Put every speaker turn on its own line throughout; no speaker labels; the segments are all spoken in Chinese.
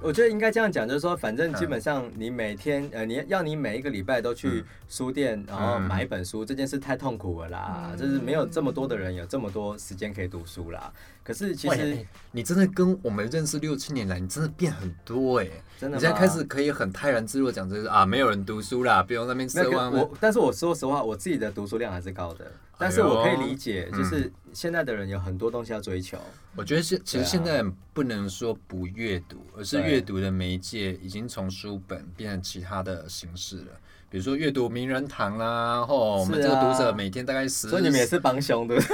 我觉得应该这样讲，就是说，反
嗯
正基本上你每天，呃，你要你每一个礼拜都
嗯
去书店，然后买一本书，这件事太痛苦了
嗯
啦，就是没有这么多的人有这么多时间可以读书啦。可是其
喂
实
哎你真的跟我们认识六七年来，你真的变很多哎、
真的
你现在
吗
开始可以很泰然自若讲，就是啊，没有人读书啦，不用那边
那
奢
个
望啊
我，但是我说实话，我自己的读书量还是高的，但是
哎呦
我可以理解，就是现在的人有很多东西要追求，
我觉得现其
对啊
实现在不能说不阅读，而是
对
阅读的媒介已经从书本变成其他的形式了。比如说阅读名人堂啦，吼，我们
是
这个
啊
读者每天大概十，
所以你们也是帮凶 对不对？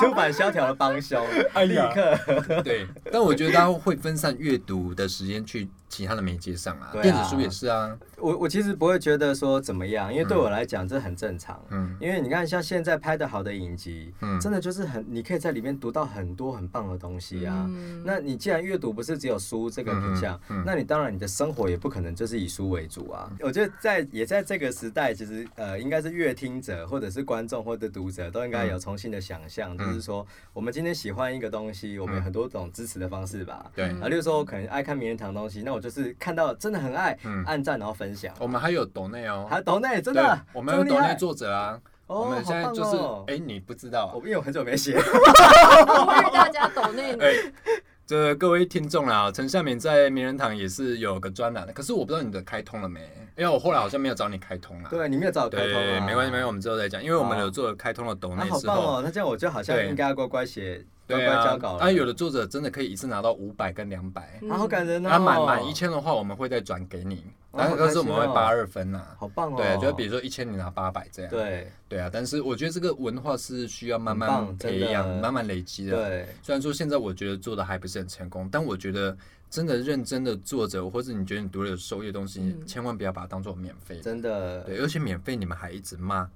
出版萧条的帮凶，
哎
立刻
对。但我觉得大家会分散阅读的时间去其他的媒介上啊，
对啊
电子书也是啊，
我我其实不会觉得说怎么样，因为对我来讲这很正常。啊
嗯
因为你看，像现在拍的好的影集，
嗯
真的就是很，你可以在里面读到很多很棒的东西啊。那你既然阅读不是只有书这个品相，
嗯嗯嗯
那你当然你的生活也不可能就是以书为主啊。我觉得在也在这个时代，其实呃，应该是阅听者或者是观众或者读者都应
嗯
该有重新的想象，就是说我们今天喜欢一个东西，
嗯
我们有很多种支持的方式吧。
对。
啊，例如说，我可能爱看名人堂的东西，那我就是看到真的很爱，
嗯
按赞然后分享。
我们还有抖内哦，
还有抖内，啊真
对
的，
我们有
这么
抖
厉
内
害
作者啊。
哦
我们现在就是，哎、
好棒哦
你不知道、啊
我，因为我很久没写，
呼吁大家抖内
哎、这各位听众啦，陈夏明在名人堂也是有个专栏的，可是我不知道你的开通了没，因为我后来好像没有找你开通啦。 啊
对，你没有找我开通
对，
啊，
没关系，没关系，我们之后再讲，因为我们
好
有做开通了抖
啊，
内
好
之
棒
后，
哦！那这样我就好像
对
应该要乖乖写，乖
对
乖交
啊
稿，了。
啊，有的作者真的可以一次拿到五百跟两百、
嗯
啊，好感人哦！
啊满满一，千的话，我们会再转给你，
哦
但
好
是
开
但是我们会
心哦
八二分呐、
好棒哦！
对，就比如说一千你拿八百这样，
对
对啊，但是我觉得这个文化是需要慢
很
慢
棒真
培
的
养、慢慢累积的。
对，
虽然说现在我觉得做的还不是很成功，但我觉得真的认真的做着，或者你觉得你读了有受益的东西，
嗯
千万不要把它当做免费。
真的，
对，而且免费你们还一直骂，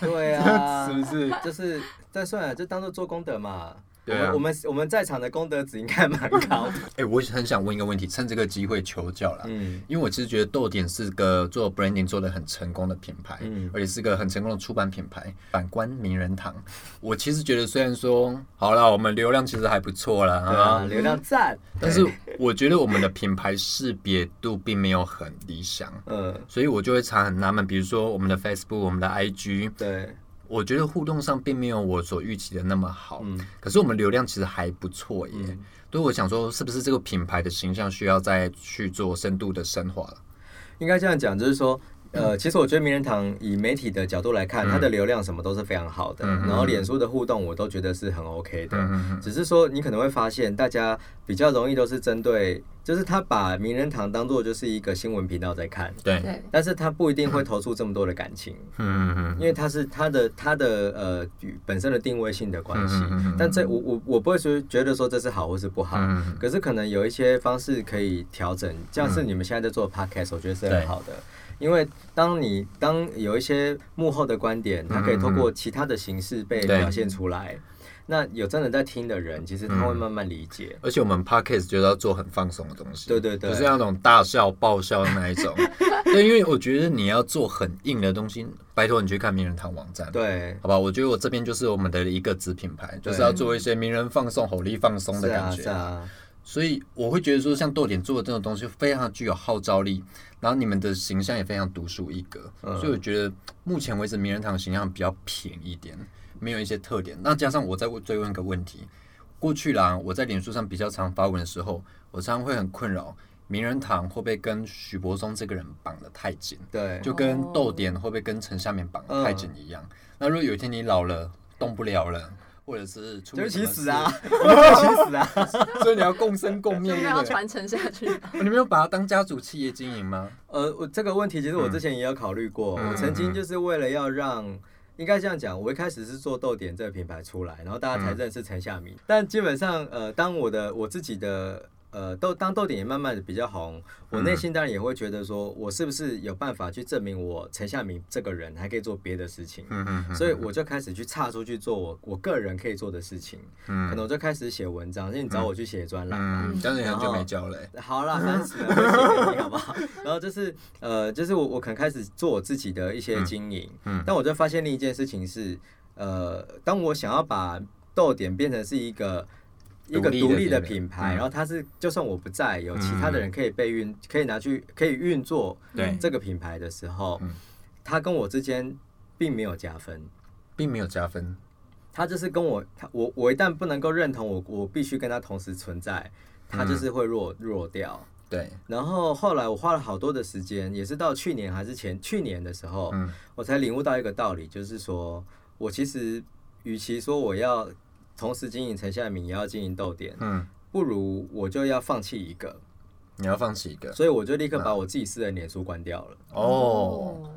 对啊，
是不是？
就是但算了，就当做做功德嘛。
对啊
我们我们我们在场的功德值应该蛮 高的。
哎、我很想问一个问题，趁这个机会求教啦。
嗯，
因为我其实觉得豆点是个做 branding 做的很成功的品牌，
嗯
而且是个很成功的出版品牌。反观名人堂，我其实觉得虽然说好啦，我们流量其实还不错啦，
对啊，流量赞，
但是我觉得我们的品牌识别度并没有很理想。
嗯，
所以我就会常很纳闷，比如说我们的 Facebook、我们的 IG，
对，
我觉得互动上并没有我所预期的那么好。
嗯
可是我们流量其实还不错耶。
嗯
所以我想说，是不是这个品牌的形象需要再去做深度的深化了？
应该这样讲，就是说。
嗯
呃，其实我觉得名人堂以媒体的角度来看，它的流量什么都是非常好的，
嗯嗯
然后脸书的互动我都觉得是很 OK 的。
嗯
只是说你可能会发现，大家比较容易都是针对，就是他把名人堂当做就是一个新闻频道在看，
对，嗯
对，
但是他不一定会投注这么多的感情，
嗯嗯
因为他是他的他的呃本身的定位性的关系
嗯嗯嗯嗯。
但这我我我不会说觉得说这是好或是不好，
嗯
可是可能有一些方式可以调整，像是你们现在在做 podcast，我觉得是很好的。因为当你当有一些幕后的观点，它可以透过其他的形式被
对
表现出
嗯
来。那有真的在听的人，其实他会慢慢理解。
而且我们 podcast 就是要做很放松的东西，
对对对
不是那种大笑爆笑的那 一种。对，因为我觉得你要做很硬的东西，拜托你去看名人堂网站。
对，
好吧，我觉得我这边就是我们的一个子品牌，就是要做一些名人放送、吼力放松
是
的
啊
感觉。
是啊，
所以我会觉得说，像豆点做的这种东西非常具有号召力，然后你们的形象也非常独树一格。
嗯
所以我觉得目前为止，名人堂的形象比较平一点，没有一些特点。那加上我再追问个问题，过去啦，我在脸书上比较常发文的时候，我常常会很困扰，名人堂会不会跟许柏松这个人绑得太紧？
对，
就跟豆点会不会跟陈夏明绑得太紧一样？那如果有一天你老了，动不了了，或者是出
就
了
一
什么
起
事
死啊，， 你们一起死啊！
所以你要共生共
就
灭，
没
对
有
不对？
传承下去。
你没有把它当家族企业经营吗？
呃，我这个问题其实我之前也有考虑过，
嗯
我曾经就是为了要让。应该这样讲，我一开始是做豆点这个品牌出来，然后大家
嗯
才认识陈夏明。但基本上，呃，当我的我自己的呃豆当豆点也慢慢的比较红，
嗯
我内心当然也会觉得说，我是不是有办法去证明我陈夏明这个人还可以做别的事情？
嗯嗯
所以我就开始去岔出去做我我个人可以做的事情，
嗯
可能我就开始写文章，因为你找我去写专栏嘛，
嗯，但是你很久没交了欸、
好啦，烦死了，我写给你好不 好？然后就是呃，就是我我可能开始做我自己的一些经营，
嗯嗯
但我就发现另一件事情是，呃，当我想要把豆点变成是一个一个
独
独
立
立的
的品
品
牌
牌，
嗯
然后它是就算我不在，有其他的人可以被运，可以拿去可以运作
对，
这个品牌的时候
嗯，
它跟我之间并没有加分。
并没有加分。
他就是跟我，他我我一旦不能够认同我，我必须跟他同时存在，他
嗯
就是会弱、弱掉。
对，
然后后来我花了好多的时间，也是到去年还是前去年的时候，
嗯
我才领悟到一个道理，就是说我其实与其说我要同时经营陈夏明，也要经营豆点，
嗯，
不如我就要放弃一个，
你要放弃一个
所以我就立
嗯
刻把我自己私人脸书关掉了。
哦，，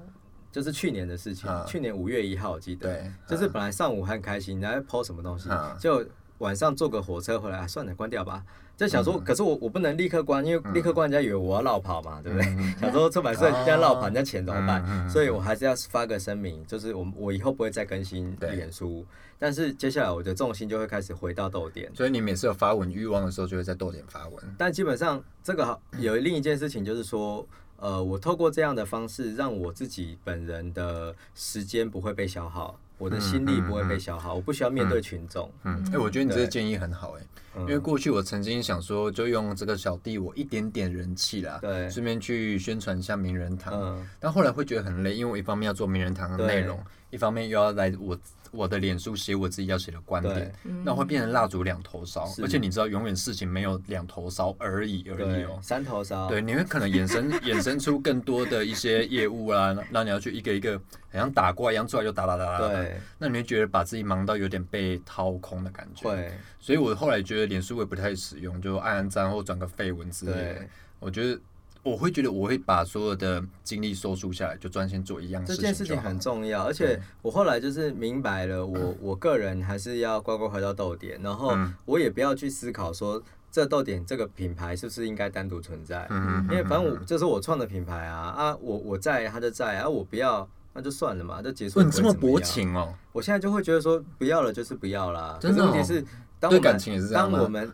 就是去年的事情，
嗯
去年五月一号我记得，
对，
就是本来上午很开心，然后 PO 什么东西
嗯，
就晚上坐个火车回来，啊算了，关掉吧。就想
嗯
说，可是我我不能立刻关，因为立刻关人家以为我要绕跑嘛，对不对？想说出版社人家绕跑，人家钱怎么
嗯嗯嗯
办？所以我还是要发个声明，就是我我以后不会再更新
对
脸书，但是接下来我的重心就会开始回到豆点。
所以你每次有发文欲望的时候，就会在豆点发文。
但基本上这个好有另一件事情就是说，呃，我透过这样的方式，让我自己本人的时间不会被消耗，我的心力不会被消耗，我不需要面对群众。
嗯，哎、我觉得你这
对
个建议很好、哎、
嗯
因为过去我曾经想说，就用这个小弟我一点点人气啦，
对
顺便去宣传一下名人堂、
嗯
但后来会觉得很累，因为我一方面要做名人堂的
对
内容，一方面又要来我我的脸书写我自己要写的观点，那会变成蜡烛两头烧，
是
而且你知道，永远事情没有两头烧而已而已
对
哦、，
三头烧，
对，你会可能衍生衍生出更多的一些业务啦，让你要去一个一个，好像打怪一样，出来就打打打打打。
对，
那你会觉得把自己忙到有点被掏空的感觉。
会，
所以我后来觉得脸书我也不太使用，就按按赞或转个绯闻之类的
对。
我觉得我会觉得我会把所有的精力收束下来，就专心做一样
这
事
件
情
事
就
情
好了
很。重要，而且
对
我后来就是明白了我，我个人还是要乖乖回到豆点，然后
嗯
我也不要去思考说这豆点这个品牌是不是应该单独存在，
嗯
因为反正我这是我创的品牌啊啊，我我在他就在啊，我不要那就算了嘛，就结束。
哇你这么
薄
薄，情哦，
我现在就会觉得说不要了就是不要啦。
真的
可
哦
是问题是，当我
对
们
感情也是这样
当
吗
我们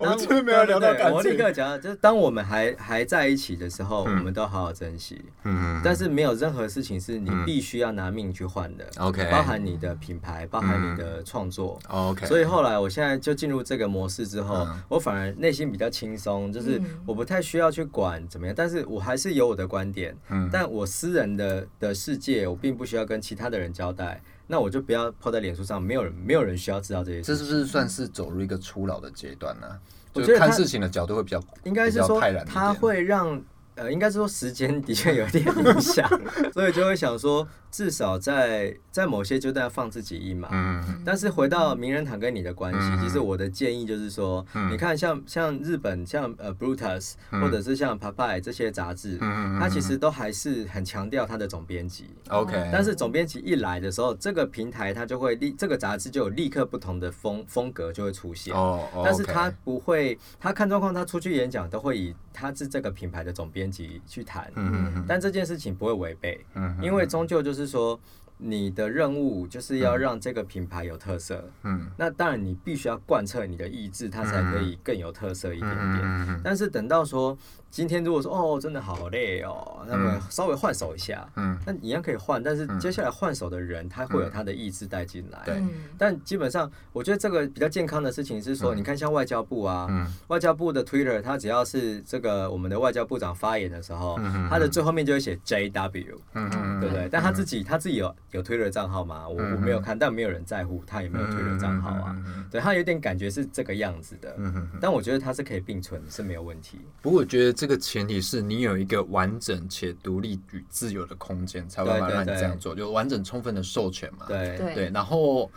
我们这边没有聊到
对对对
感
啊我
情
立刻讲，啊就是当我们还还在一起的时候，我
嗯
们都好好珍惜。
嗯
但是没有任何事情是你
嗯
必须要拿命去换的，
OK，哦
包含你的品牌，包含你的创作。
OK，
所以后来，我现在就进入这个模式之后，
嗯
我反而内心比较轻松，就是
嗯
我不太需要去管怎么样，但是我还是有我的观点，
嗯
但我私人的的世界，我并不需要跟其他的人交代，那我就不要抛在脸书上，没有人没有人需要知道这些
这
事
是
情。
不是算是走入一个初老的阶段呢、
我
就
觉得
看
他
事情的角度会比较，
应该是
比较
说
泰然一点
它会让呃，应该是说时间 的确有点影响，所以就会想说，至少在在某些阶段放自己一马。
嗯
但是回到名人堂跟你的关系，
嗯
其实我的建议就是说，你看像像日本像呃 Brutus 或者是像 Papai 这些杂志，
嗯
它其实都还是很强调它的总编辑。
，OK，
但是总编辑一来的时候，这个平台它就会立这个杂志就有立刻不同的风风格就会出现。
哦，哦
但是他
OK
不会，他看状况，他出去演讲都会以他是这个品牌的总编辑去谈，
嗯嗯
但这件事情不会违背，
嗯
因为终究就是说你的任务就是要让这个品牌有特色，
嗯
那当然你必须要贯彻你的意志，它才可以更有特色一点点。
嗯
但是等到说今天如果说哦真的好累哦，那么稍微换手一下，
嗯
那一样可以换，但是接下来换手的人他会有他的意志带进来，
对
嗯
但基本上，我觉得这个比较健康的事情是说，你看像外交部啊，
嗯
外交部的 Twitter，它只要是这个我们的外交部长发言的时候，它的最后面就会写 JW，
嗯嗯
对不对？但他自己他自己有有 Twitter 账号吗？我我没有看，但没有人在乎他有没有
嗯
Twitter 账号啊。对他有点感觉是这个样子的，
嗯
但我觉得它是可以并存是没有问题。
不过我觉得这个前提是你有一个完整且独立与自由的空间，才有办法
对对
让你
对
这样做，就完整充分的授权嘛。
对，
对
对，然后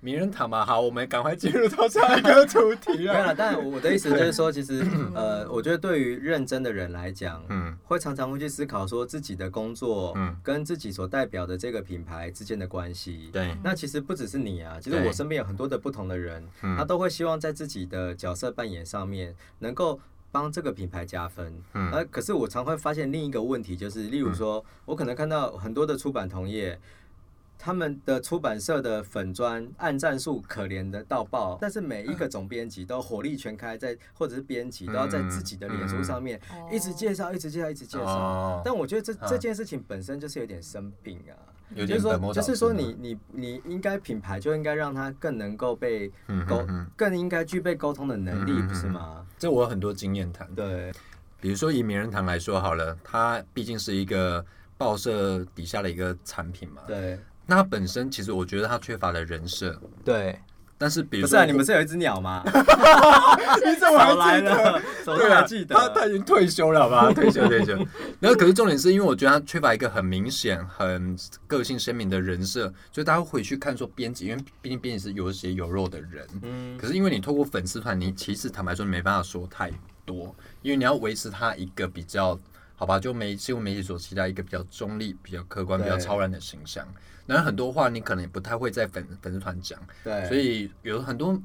名人堂嘛，好，我们赶快进入到下一个主题
没有
啊。
了，但我的意思就是说，其 实呃，我觉得对于认真的人来讲，
嗯
会常常会去思考说自己的工作
嗯
跟自己所代表的这个品牌之间的关系。
对，
那其实不只是你啊，其实
对
我身边有很多的不同的人，
嗯
他都会希望在自己的角色扮演上面能够帮这个品牌加分。
嗯
而可是我常会发现另一个问题，就是例如说，我可能看到很多的出版同业。他们的出版社的粉砖按战术可怜的到爆，但是每一个总编辑都火力全开在，或者是编辑都要在自己的脸书上面
嗯嗯
一直介绍、一直介绍、一直介
哦
绍。但我觉得这
嗯
这件事情本身就是有点生病啊，
有
就是
点
说
本末倒
就
置啊
是说
了
你你你应该品牌就应该让它更能够被
嗯
沟
嗯嗯，
更应该具备沟通的能
嗯
力，
嗯嗯
不是吗？
这我有很多经验谈。
对，
比如说以名人堂来说好了，它毕竟是一个报社底下的一个产品嘛，
对，
那它本身其实我觉得它缺乏了人设，
对，
但是比
不
如
是啊，
说
你们是有一只鸟 吗？
你怎
少来了，手
对
上
啊，
还记
他他
得。
已经退休了，好 吧，退休退休。然后可是重点是因为我觉得他缺乏一个很明显、很个性鲜明的人设，所以大家会回去看说编辑，因为毕竟编辑是有血有肉的人。
嗯，
可是因为你透过粉丝团，你其实坦白说你没办法说太多，因为你要维持他一个比较好吧，就媒新闻媒体所期待一个比较中立、比较客观、比
对
较超然的形象。然后很多话你可能也不太会在粉粉丝团讲，
对，
所以有很多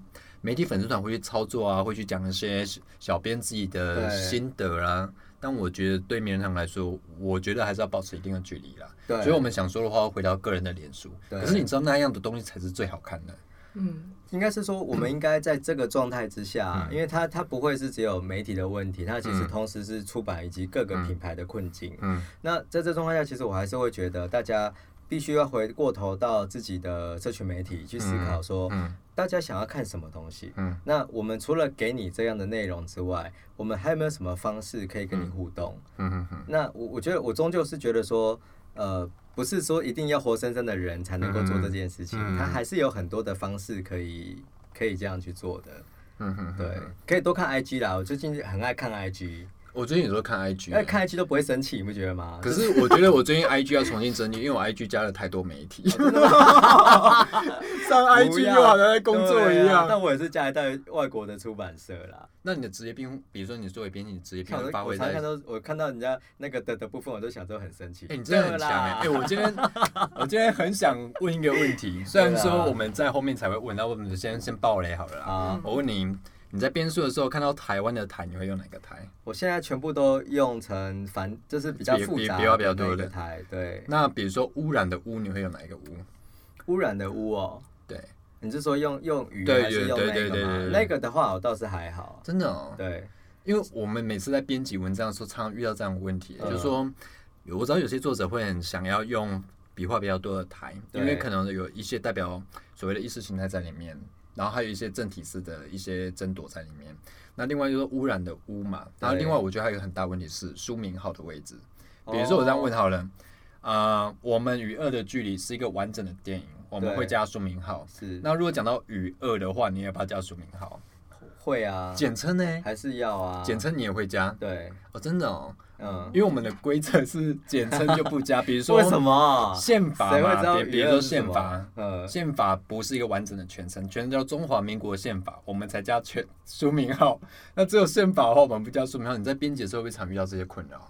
媒体粉丝团会去操作啊，会去讲一些小小编自己的
对
心得啊。但我觉得对名人堂来说，我觉得还是要保持一定的距离啦。
对
所以我们想说的话，会回到个人的脸书。
对
可是你知道那样的东西才是最好看的。
嗯，
应该是说，我们应该在这个状态之下，啊
嗯
因为它它不会是只有媒体的问题，它其实
嗯
同时是出版以及各个品牌的困境。
嗯
那在这状况下，其实我还是会觉得大家必须要回过头到自己的社群媒体去思考说，
嗯
大家想要看什么东西。
嗯
那我们除了给你这样的内容之外，我们还有没有什么方式可以跟你互动？
嗯嗯嗯，
那我我觉得我终究是觉得说，呃，不是说一定要活生生的人才能够做这件事情，
嗯嗯
他还是有很多的方式可以可以这样去做的。
嗯嗯
对，可以多看 IG 啦，我最近很爱看 IG，
我最近有时候看 IG，
因为哎看 IG 都不会生气，你不觉得吗？
嗯可是我觉得我最近 IG 要重新整理，因为我 IG 加了太多媒
哦
体， 上 IG 就好像在工作一
对啊
样。
但我也是加拿大外国的出版社啦。
那你的职业病，比如说你作为编辑，你的职业病
看我
会发
都我
挥
常
在
看到我看到人家那个的的部分，我都想都很生气。
哎、你真的很强哎、哎、
对啦
我今天我今天很想问一个问题，虽然
对
说
啦
我们在后面才会问，那我们先先爆雷好了啦。
啊，
我问你，你在编书的时候看到台湾的台，你会用哪个台？
我现在全部都用成繁，就是比较
比
复
比
杂
比较比较
的
多
那
的
个台，对，
那比如说污染的污，你会用哪一个污？
污染的污哦。
对，
你是说用用语
对
还是用
对
那
对对
个
对
吗
对？
那个的话，我倒是还好。
真的哦，
对，
因为我们每次在编辑文章的时候，常常遇到这样的问题，
嗯
就是说，有我知道有些作者会很想要用笔画比较多的台，因
对
为可能有一些代表所谓的意识形态在里面，然后还有一些正体字的一些争夺在里面。那另外就是污染的污嘛，然后
对
另外我觉得还有一个很大问题是书名号的位置，比如说我这样问
哦，
好了，呃，我们与恶的距离是一个完整的电影，我们
对
会加书名号。
是
那如果讲到与恶的话，你也把它加书名号，
会啊，
简称呢？
还是要啊，
简称你也会加
对，
哦，真的哦。
嗯，
因为我们的规则是简称就不加，比如说
为什么？
宪法
谁会知
嘛，
道
比
语
比如
言
说
是什
宪
么
法，
嗯，
宪法不是一个完整的全称，全称叫《中华民国宪法》，我们才加全书名号。 那只有宪法的话，我们不加书名号。你在编辑的时候会常遇到这些困扰。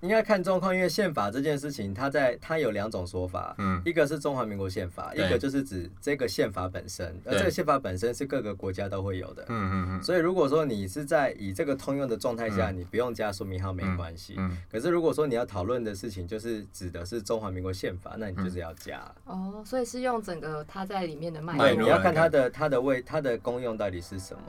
应该看状况，因为宪法这件事情，它在它有两种说法，
嗯
一个是中华民国宪法，一
对
个就是指这个宪法本身，而
对
这个宪法本身是各个国家都会有的。
嗯
所以如果说你是在以这个通用的状态下，你不用加说明号没关系。
嗯
可是如果说你要讨论的事情就是指的是中华民国宪法，那你就是要加。
哦，所以是用整个他在里面的脉
脉
对，
络
你
络
要看它的它的位它的功用到底是什么。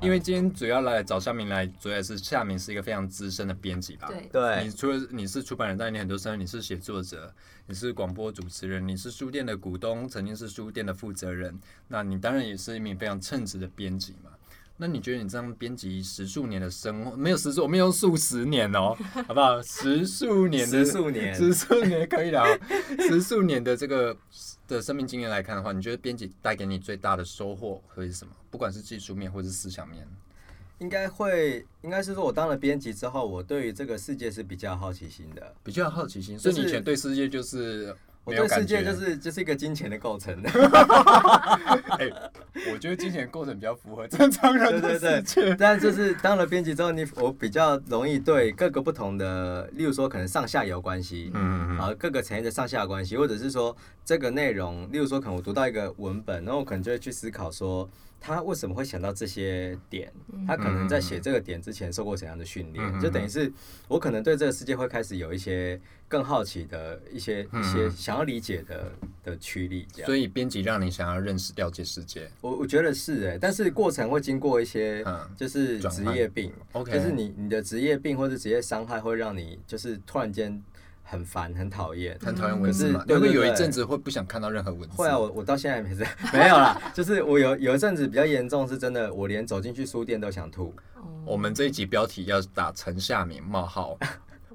因为今天主要来找夏明来，主要也是夏明是一个非常资深的编辑吧。
对，
哎
你除了你是出版人，但你很多身份，你是写作者，你是广播主持人，你是书店的股东，曾经是书店的负责人，那你当然也是一名非常称职的编辑嘛。那你觉得你这样编辑十数年的生活，没有十数，我们用数十年哦，好不好？十数年的
十数年
十数年可以了哦，十数年的这个的生命经验来看的话，你觉得编辑带给你最大的收获会是什么？不管是技术面或是思想面，
应该会，应该是说我当了编辑之后，我对于这个世界是比较好奇心的。
比较好奇心，所
就是
以你以前对世界就是
我
没有
对
感
世
觉，
界就是就是一个金钱的 构成。
哎、我觉得金钱构成比较符合正常人的
对
世
对
界。
对，但就是当了编辑之后，你我比较容易对各个不同的，例如说可能上下游关系，
嗯
啊，各个产业的上下游关系，或者是说这个内容，例如说可能我读到一个文本，然后我可能就会去思考说，他为什么会想到这些点？
嗯
他可能在写这个点之前受过怎样的训练？
嗯
就等于是我可能对这个世界会开始有一些更好奇的一些一些想要理解的的驱力。这样，
嗯所以编辑让你想要认识了解世界。
我我觉得是哎、但是过程会经过一些
嗯
就是
转
职
换
业病，
OK，
就是你你的职业病或者职业伤害会让你就是突然间很烦很讨厌。
很讨厌文字嘛？
嗯可是
因为
对对
有一
对
阵子会不想看到任何文字。
会啊，我我到现在 没事，没有啦。就是我有有一阵子比较严重，是真的，我连走进去书店都想 吐。
哦
我们这一集标题要打陈夏明冒 号。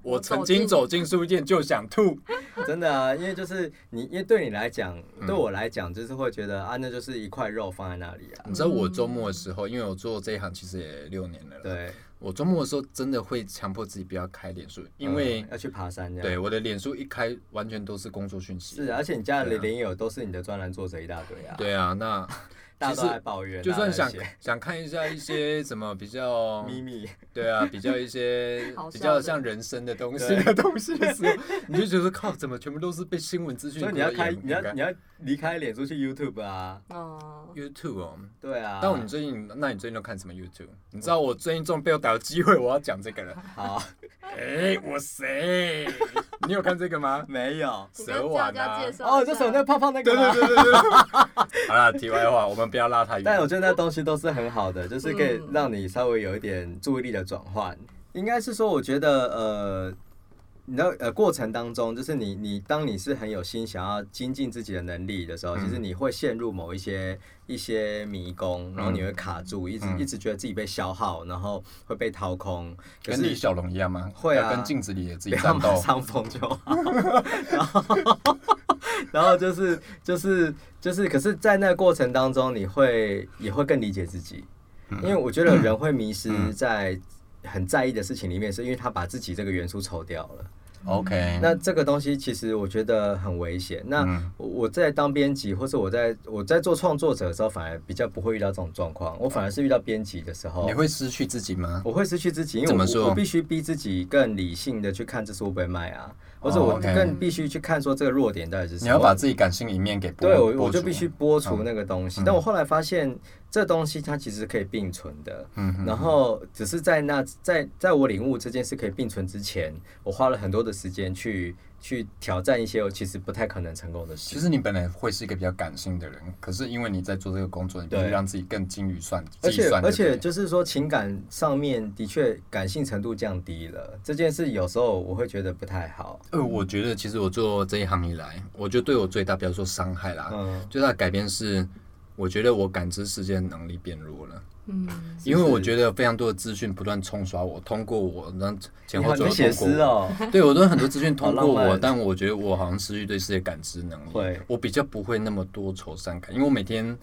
我
我走
曾经
进
走进书店就想吐。
真的啊，因为就是你，因为对你来讲，
嗯
对我来讲，就是会觉得啊，那就是一块肉放在那里啊。
你知道我周末的时候，因为我做这一行其实也六年了，，
对，
我周末的时候真的会强迫自己不要开脸书，因为
嗯、要去爬山这样。
对我的脸书一开完全都是工作讯息。
是啊，而且你家
对
的
啊
邻友都是你的专栏作者一大堆啊，
对啊，那
大家
其
都
实
来抱怨，
就算
大家
想
都在写
想看一下一些什么比 较
秘密，
对啊，比较一些
好笑的
比较像人生的东西
对
的东西的时候，你就觉得靠，怎么全部都是被新闻资讯
所
给
以你要开，
掩
你要你
掩盖
要离开脸书去 YouTube 啊，
哦，
YouTube 哦。
对啊。
但我你最近，那你最近都看什么 YouTube？你知道我最近终于被我逮到机会，我要讲这个 了。
好
哎，我谁？你有看这 个吗？
没有
你
蛇
跟大
丸
家
啊
介！绍
哦，
一
就
下
是我 那个胖胖那个
对
吗。
对对对对。好啦，题外话，我们不要拉太远。
但我觉得那东西都是很好 的，就是可以
嗯
让你稍微有一点注意力的转换。应该是说，我觉得呃，你知道呃，过程当中，就是你你当你是很有心想要精进自己的能力的时候，
嗯
其实你会陷入某一些一些迷宫，然后你会卡住，一直、
嗯
一直觉得自己被消耗，然后会被掏空。可
跟李
是
小龙一样吗？
会啊
要跟镜子里的自己
不要
战
马
斗。
上疯就好。 然后， 然后就是就是就是，可是，在那个过程当中，你会也会更理解自己，
嗯
因为我觉 得人会迷失在很在意的事情里面，是因为他把自己这个元素抽掉了。
OK。
那这个东西其实我觉得很危险。那
嗯
我我在当编辑，或是我在我在做创作者的时候，反而比较不会遇到这种状况。我反而是遇到编辑的时候，
你会失去自己吗？
我会失去自己，因为
怎
我
么说
我我必须逼自己更理性的去看这书会不会卖啊，或者
哦
我
，OK
更必须去看说这个弱点到底是什么。
你要把自己感性一面给播
对我
播
我就
出哦嗯
必须剥除那个东西，但我后来发现这东西它其实可以并存的，
嗯哼
然后只是在那在在我领悟这件事可以并存之前，我花了很多的时间去去挑战一些我其实不太可能成功的
其
事。
实你本来会是一个比较感性的人，可是因为你在做这个工作，你必须
对
让自己更精于算
而
计
且
算
而
对
且
不对
就是说，情感上面的确感性程度降低了，这件事有时候我会觉得不太好。
呃，我觉得其实我做这一行以来，我觉得对我最大，不要说伤害啦，
嗯，
最大的改变是，我觉得我感知世界的能力变弱了，
嗯，
因为我觉得非常多的资讯不断冲刷我，通过我，让前
你
后
好，
左
你
右
写
通过
诗
我。
哦，
对，我都很多资讯通过
好浪
我，
漫
但我觉得我好像失去对世界感知能力
会。
我比较不会那么多愁善感，因为我每天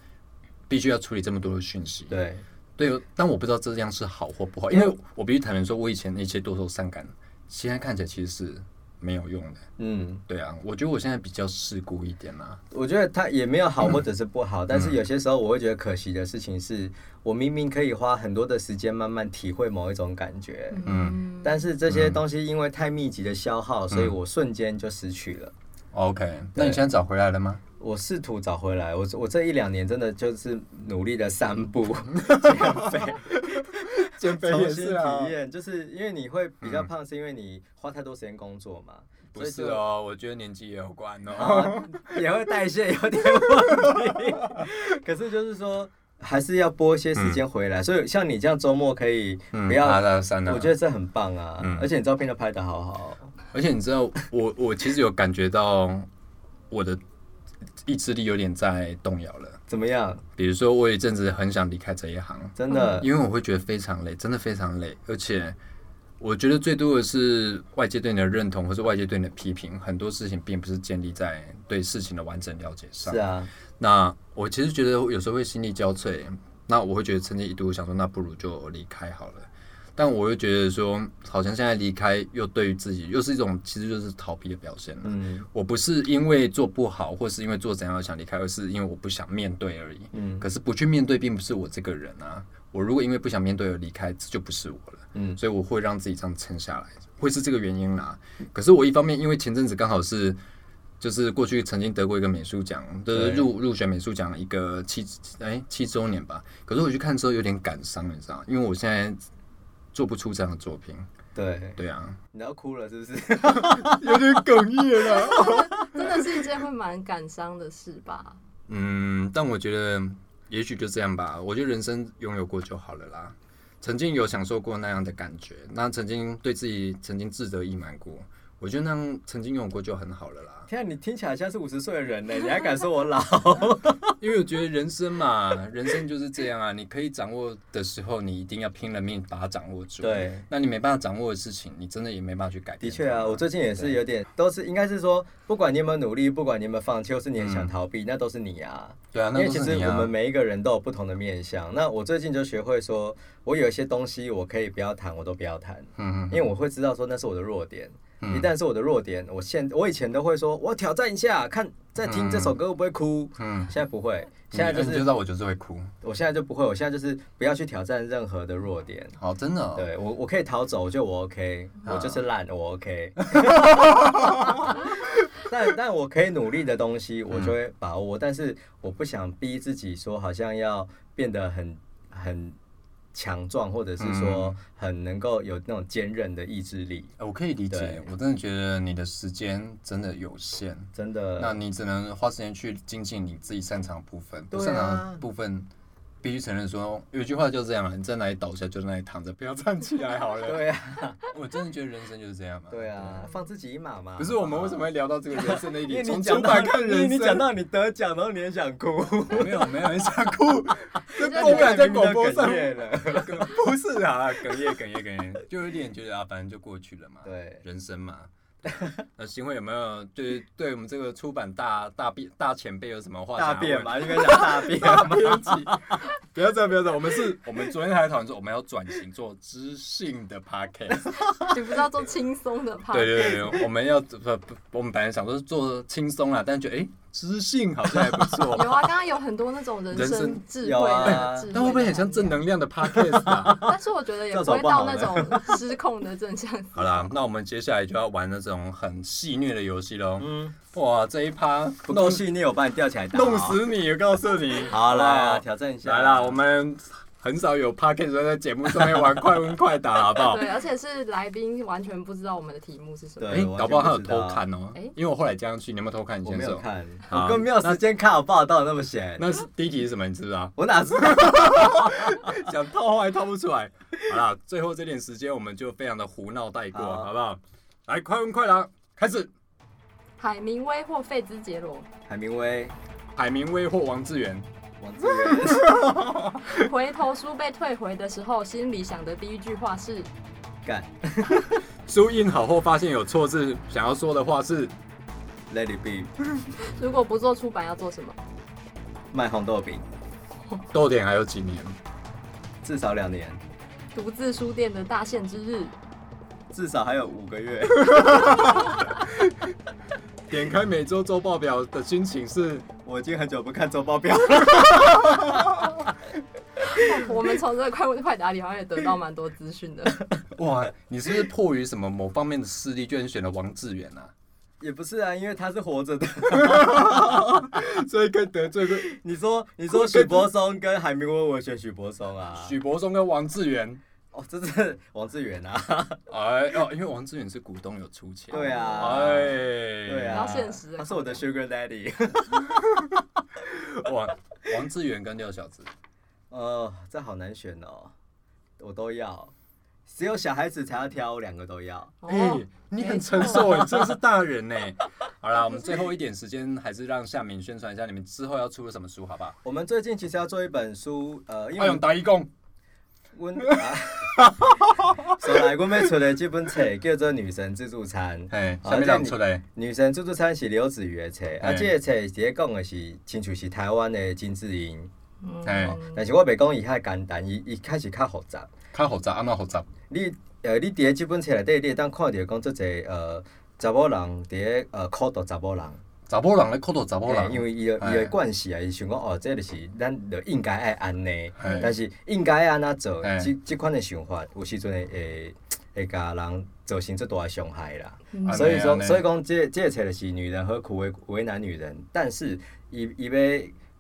必须要处理这么多的讯息。
对，
对，但我不知道这样是好或不好，因为我必须坦诚说，我以前那些多愁善感，现在看起来其实是没有用的。
嗯，
对啊，我觉得我现在比较世故一点啦、
我觉得它也没有好或者是不好，但是有些时候我会觉得可惜的事情是，我明明可以花很多的时间慢慢体会某一种感觉，
嗯
但是这些东西因为太密集的消耗，所以我瞬间就失去了。
OK，那你现在找回来 了吗？
我试图找回来，我我这一两年真的就是努力的散步、
嗯
减肥、
减
重新
啊
体验，就是因为你会比较胖，是因为你花太多时间工作嘛，
嗯不
所以
是
就
哦，我觉得年纪也有关哦。
啊， 也会代谢有点问 题。可是就是说，还是要拨一些时间回来。所以像你这样周末可以不要，
嗯爬到山了。
我觉得这很棒啊！
嗯
而且你照片都拍的好好，
而且你知道，我我其实有感觉到我的意志力有点在动摇了。
怎么样？
比如说，我有一阵子很想离开这一行，
真的，
因为我会觉得非常累，真的非常累，而且我觉得最多的是外界对你的认同，或是外界对你的批评，很多事情并不是建立在对事情的完整了解上。
是啊，
那我其实觉得有时候会心力交瘁，那我会觉得曾经一度想说，那不如就离开好了。但我又觉得说，好像现在离开又对于自己又是一种，其实就是逃避的表现了。
嗯
我不是因为做不好，或是因为做怎样而想离开，而是因为我不想面对而已。
嗯
可是不去面对，并不是我这个人啊。我如果因为不想面对而离开，这就不是我了。
嗯，
所以我会让自己这样撑下来，会是这个原因啦。可是我一方面因为前阵子刚好是就是过去曾经得过一个美术奖，就是
对
入入选美术奖一个七哎七周年吧。可是我去看之后有点感伤，你知道吗，因为我现在做不出这样的作品。
对，
对啊，
你要哭了是不 是？
有点哽咽啊了。
真的是一件会蛮感伤的事 吧？
嗯，但我觉得也许就这样吧。我觉得人生拥有过就好了啦。曾经有享受过那样的感觉，那曾经对自己曾经自得意满过，我觉得那样曾经拥有过就很好了啦。
天啊，你听起来像是五十岁的人呢，你还敢说我 老？
因为我觉得人生嘛，人生就是这样啊，你可以掌握的时候，你一定要拼了命把它掌握住。，
对，
那你没办法掌握的事情，你真的也没办法去改
的
变它。
确啊，我最近也是有点，都是应该是说，不管你有没有努力，不管你有没有放弃，或是你很
嗯
想逃避，那都是你啊。
对啊，
因
那
为
都
其
是
实
你
我
啊
们。每一个人都有不同的面相。那我最近就学会说，我有一些东西我可以不要谈，我都不要谈，
嗯嗯
因为我会知道说那是我的弱点。
嗯
一旦是我的弱点，我现我以前都会说，我挑战一下，看在听这首歌会不会哭。
嗯，
现在不会，现在
你
就
你就是知道我就是会哭。
我现在就不会，我现在就是不要去挑战任何的弱点。
好，真的、哦。
对我，我可以逃走，就我 OK，
啊
我就是烂，我 OK。但但我可以努力的东西，
嗯
我就会把握。但是我不想逼自己说，好像要变得很很强壮，或者是
嗯
说很能够有那种坚韧的意志力。
呃我可以理解
对，
我真的觉得你的时间真的有限，
真
那
的，
你只能花时间去精进你自己擅长的部分，不
对啊
擅长的部分。必须承认说，有一句话就这样了，你在哪里倒下就在哪里躺着，不要站起来好了。
对啊，
我真的觉得人生就是这样嘛。
对啊，放自己一马嘛。啊
可是我们为什么？会聊到这个人生的一
因
点？
为
从
你
出
讲到
版看
你
人
你
生，
讲到你得奖，然后你很想哭，
没有没有很想 哭，这
那
不
你
敢在广播上
哽，咽了。
不是啊，哽咽哽咽哽咽，就有点觉得啊，反正就过去了嘛。
对，
人生嘛。那行慧有没有对对我们这个出版大大变大前辈有什么话想
大
要
便
问？
嘛，应该讲大 便嘛。
编辑，不要这样，不要这样。我们是，我们昨天还讨论说，我们要转型做知性的 podcast。
你不是要做轻松的怕？
对对对对，我们要不不，我们本来想说是做轻松啦，但觉得哎，知性好像还不 错。
有啊，刚刚有很多那种人
人
生
生
智
有
慧
啊
的智慧，
那会不会很像正？能量的 podcast 啊？
但是我觉得也
这
不
种
会
不好
到那种失控的正向。
好啦，那我们接下来就要玩那种很戏虐的游戏喽。
嗯，
哇，这一趴不
弄戏你有把你吊起来打，哦
弄！死你！我告诉你，
好啦，
哇
挑战一下，
来啦，我们很少有 p a c k e t 在节目上面玩快问快 答，好不 好？
对，而且是来宾完全不知道我们的题目是什么
对。
哎、
我完全
搞不好他有
不知道
偷看哦、
哎
因为我后来加上去，你有没有偷看？你
我
先
没有
说。
看，
好
我根本没有时间看，我报道那么闲，？
那是第一题是什么？你知不知道
我哪知道？
想套话还套不出来。好啦，最后这点时间我们就非常的胡闹带过，
好
好不好？来，快问快答，开始。
海明威或费兹杰罗，
海明威、
海明威或王志远，
王志 源，
回头书被退回的时候，心里想的第一句话是
干
书印好后发现有错字，想要说的话是
，Let it be，：“
如果不做出版要做什么
卖红豆饼，
逗点还有几年，
至少两年，？”
独自书店的大限之日，
至少还有五个 月，
点开每周周报表的心情是
我已经很久不看周报表了。
我们从这个快问快答里好像也得到蛮多资讯的。
哇，你是不是迫于什么某方面的势力，居然选了王志远啊？
也不是啊，因为他是活着的。
所以跟得罪过
你说，你 说许柏松跟海明威，我选许柏松啊。
许柏松跟王志远。
哦，这是王志源啊。
哎哦，因为王志远是股东，有出钱。
对啊，
哎，
对啊，
比较现实的
他是我的 Sugar Daddy。
哇，王志远跟廖小子，
呃，这好难选哦，我都要，只有小孩子才要挑，我两个都要。
哦，
哎、你很成熟哎，你真的是大人呢。 好啦，我们最后一点时间，还是让夏明宣传一下你们之后要出的什么书，好不好？
我们最近其实要做一本书，呃，因
哎
为
呦，打一工，
温，啊 所来我们出的这本册叫做《女神自助餐》。
哎，
好
下
这
面让
样
出来，
女神自助餐是刘子瑜的册，啊，
嘿
这个册直接讲的是，清楚是台湾的金智英，
哎
嗯，
但是我袂讲伊较简单，伊伊开始较复杂。
看好杂，安那好杂，
你呃，你伫咧即本册内底，你会当看到讲，即个呃，查某人伫咧呃，苦读查某人，
杂波人咧，扣到杂波
嘿
人，
因为伊的
哎
伊的惯势啊，伊想讲哦，这就是咱就应该爱安尼
哎，
但是应该安怎做
哎，
即即款的想法，有时阵会会会甲人造成这大的伤害啦。
嗯
啊
所以
安
说，
尼
所以讲，这这册就是女人何苦为为难女人？但是，伊伊要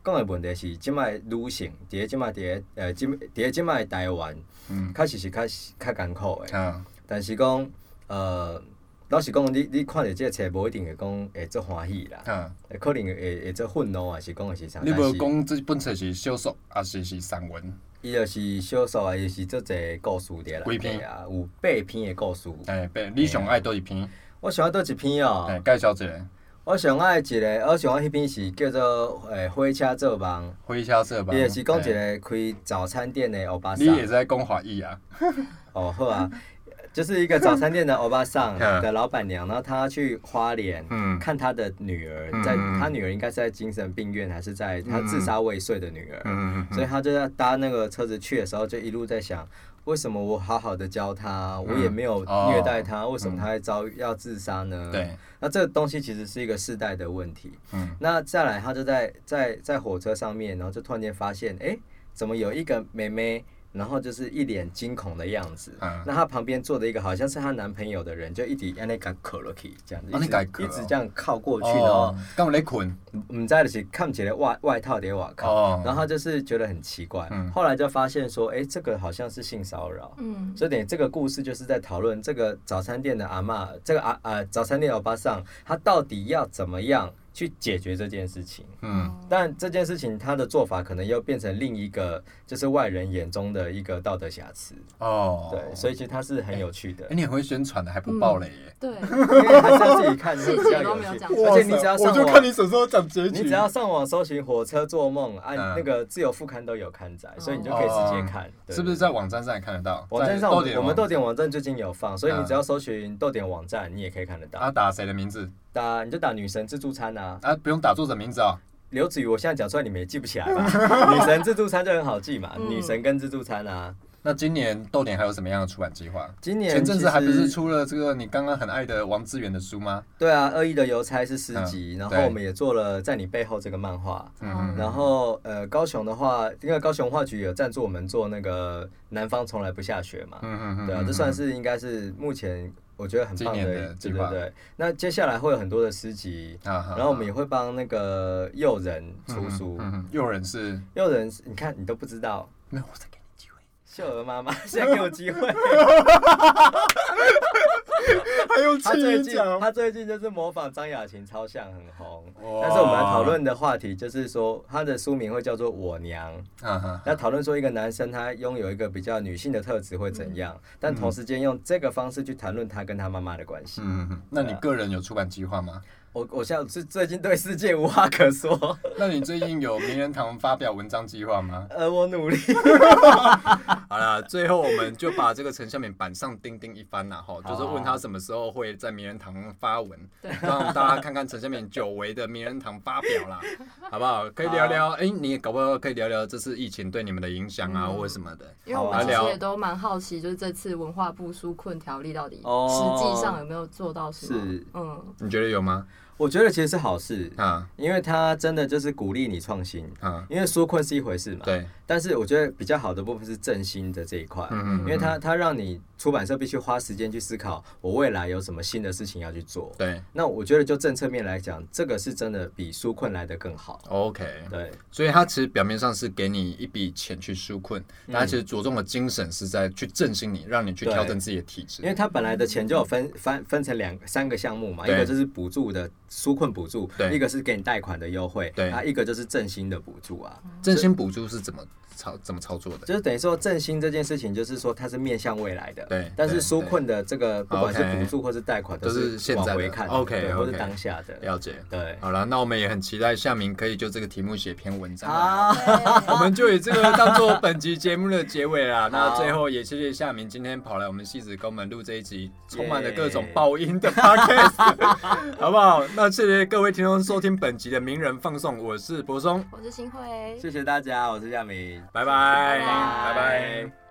讲的问题是，即摆女性，伫咧即摆伫咧呃，即伫咧即摆的台湾，
嗯
确实是较较艰苦的。
啊，
但是讲，呃，老实讲，你你看着这个册，无一定会讲会做欢喜啦，
啊，
会可能会会做愤怒，还是讲的是啥？
你
但
无
是
讲这本册是小说，还是是散文？
伊就是小说啊，伊是做一个故事伫
几
内
篇
底啊，有八篇的故事。
哎，别你上爱倒一篇，
我想要倒一篇哦、
哎，介绍一下。
我上爱一个，我上爱迄篇是叫做诶火车做梦，
灰车社吧，
伊也是讲一
哎，
个开早餐店的欧巴
你
桑。
也是在讲华裔啊？
哦，好啊， 就是一个早餐店的欧巴桑
嗯
的老板娘，然后她去花莲。
嗯，
看她的女儿
嗯，
在
嗯嗯
她女儿应该是在精神病院，还是在她自杀未遂的女儿，
嗯
所以她就在搭那个车子去的时候，就一路在想，为什么我好好的教她，我也没有
哦嗯
虐待她，为什么她会遭遇要自杀呢？
对，
那这个东西其实是一个世代的问题。
嗯
那再来，他就在在在火车上面，然后就突然间发现，哎、怎么有一个妹妹，然后就是一脸惊恐的样子。
嗯，
那她旁边坐的一个好像是她男朋友的人，就一直安尼甲靠落去，这样子，
啊
一
你
直
甲靠
一直这样靠过去，然后
哦，刚我咧困，
唔知就是看起来外外套在外靠，
哦，
然后她就是觉得很奇怪
嗯。
后来就发现说，哎，这个好像是性骚扰。
嗯，
所以等于这个故事就是在讨论这个早餐店的阿嬷，这个阿啊早餐店的欧巴桑，他到底要怎么样去解决这件事情？
嗯，
但这件事情他的做法可能又变成另一个就是外人眼中的一个道德瑕疵，
哦，
对，所以其实它是很有趣的
哎，，你很会宣传的，还不爆雷耶？
对，
因为还是要自己 看会
细
比较
节都
有
没有
趣，
讲出来
而且你只要
我
上
就看
网，
你什么时候讲结
你
局。
只要上网搜寻火车做梦，按
嗯哦
那个自由副刊都有刊载，所以你就可以直接看，对
是不是？在网站上也看得到？
网站
在
上，我
豆
们
点哦
我们
网
豆点网站最近有放，所以你
嗯
只要搜寻豆点网站，你也可以看得到。
啊，打谁的名字
打你就打女神自助餐啊，
啊？不用打作者名字哦。
刘子瑜，我现在讲出来你们也记不起来 吧？女神自助餐就很好记嘛，
嗯
女神跟自助餐啊。
那今年豆点还有什么样的出版计划？
今年
前阵子还不是
其实
出了这个你刚刚很爱的王志远的书吗？
对啊，《恶意的邮差》是诗集，
嗯
然后
对
我们也做了《在你背后》这个漫画。
嗯
然后呃，高雄的话，因为高雄话剧有赞助我们做那个《南方从来不下雪》嘛，
嗯嗯嗯，
对啊，这算是应该是目前我觉得很棒
今年的
一
计
对对
划
对。那接下来会有很多的诗集，
啊。好
然后我们也会帮那个诱人出书。
嗯嗯，诱人是
诱人，你看你都不知道，
没有，我再给你机会，
秀儿妈 妈现在给我机会。
还有
她最近啊她最近就是模仿张雅琴超像很红
哇。
但是我们来讨论的话题就是说，她的书名会叫做《我娘》。
啊哈，
那讨论说一个男生他拥有一个比较女性的特质会怎样，但同时间用这个方式去谈论他跟他妈妈的关系。
嗯，嗯嗯那你个人有出版计划吗？
我我现在最最近对世界无话可 说，？
那你最近有名人堂发表文章计划吗
呃，我努力。
好啦，最后我们就把这个陈孝敏板上钉钉一番啦，哈，
就是问他
什么时候会在名人堂发文
对
让大家看看陈孝敏久违的名人堂发表 啦，好不好？可以聊聊，哎、你也搞不好可以聊聊这次疫情对你们的影响啊，
嗯
或者什么的。
因为我
好
们
啊
其实
聊
也都蛮好奇，就是这次文化部纾困条例到底
哦
实际上有没有做到什么？
是
嗯，
你觉得有吗？
我觉得其实是好事，
啊
因为他真的就是鼓励你创新。
啊，
因为纾困是一回事嘛，
对，
但是我觉得比较好的部分是振兴的这一块，
嗯嗯嗯
因为它它让你出版社必须花时间去思考我未来有什么新的事情要去做。
对
那我觉得就政策面来讲，这个是真的比纾困来的更好。
，OK。
对，
所以它其实表面上是给你一笔钱去纾困，
嗯
但它其实着重的精神是在去振兴你，让你去
对
调整自己的体质
因。为它本来的钱就有分分分成两三个项目嘛，一
对
个就是补助的纾困补助，
对
一个是给你贷款的优惠，
对
啊，一个就是振兴的补助啊，
振兴补助是怎么操怎么操作的？
就是等于说振兴这件事情，就是说它是面向未来的，
对
但
对
是纾困的这个不管是
OK
补助或是贷款，
都是现在
往
的
回看的
OK，
对或是
OK
当下的，
了解。
对，
好了，那我们也很期待夏明可以就这个题目写篇文章啊。
好，
我们就以这个当做本集节目的结尾啦。那
好
最后也谢谢夏明今天跑来我们戏子跟我们录这一集充满了各种爆音的 podcast，好 不好？那谢谢各位听众收听本集的名人放送， 我是柏松，
我是新会，
谢谢大家，我是亚明。
拜拜，
拜
拜
拜
拜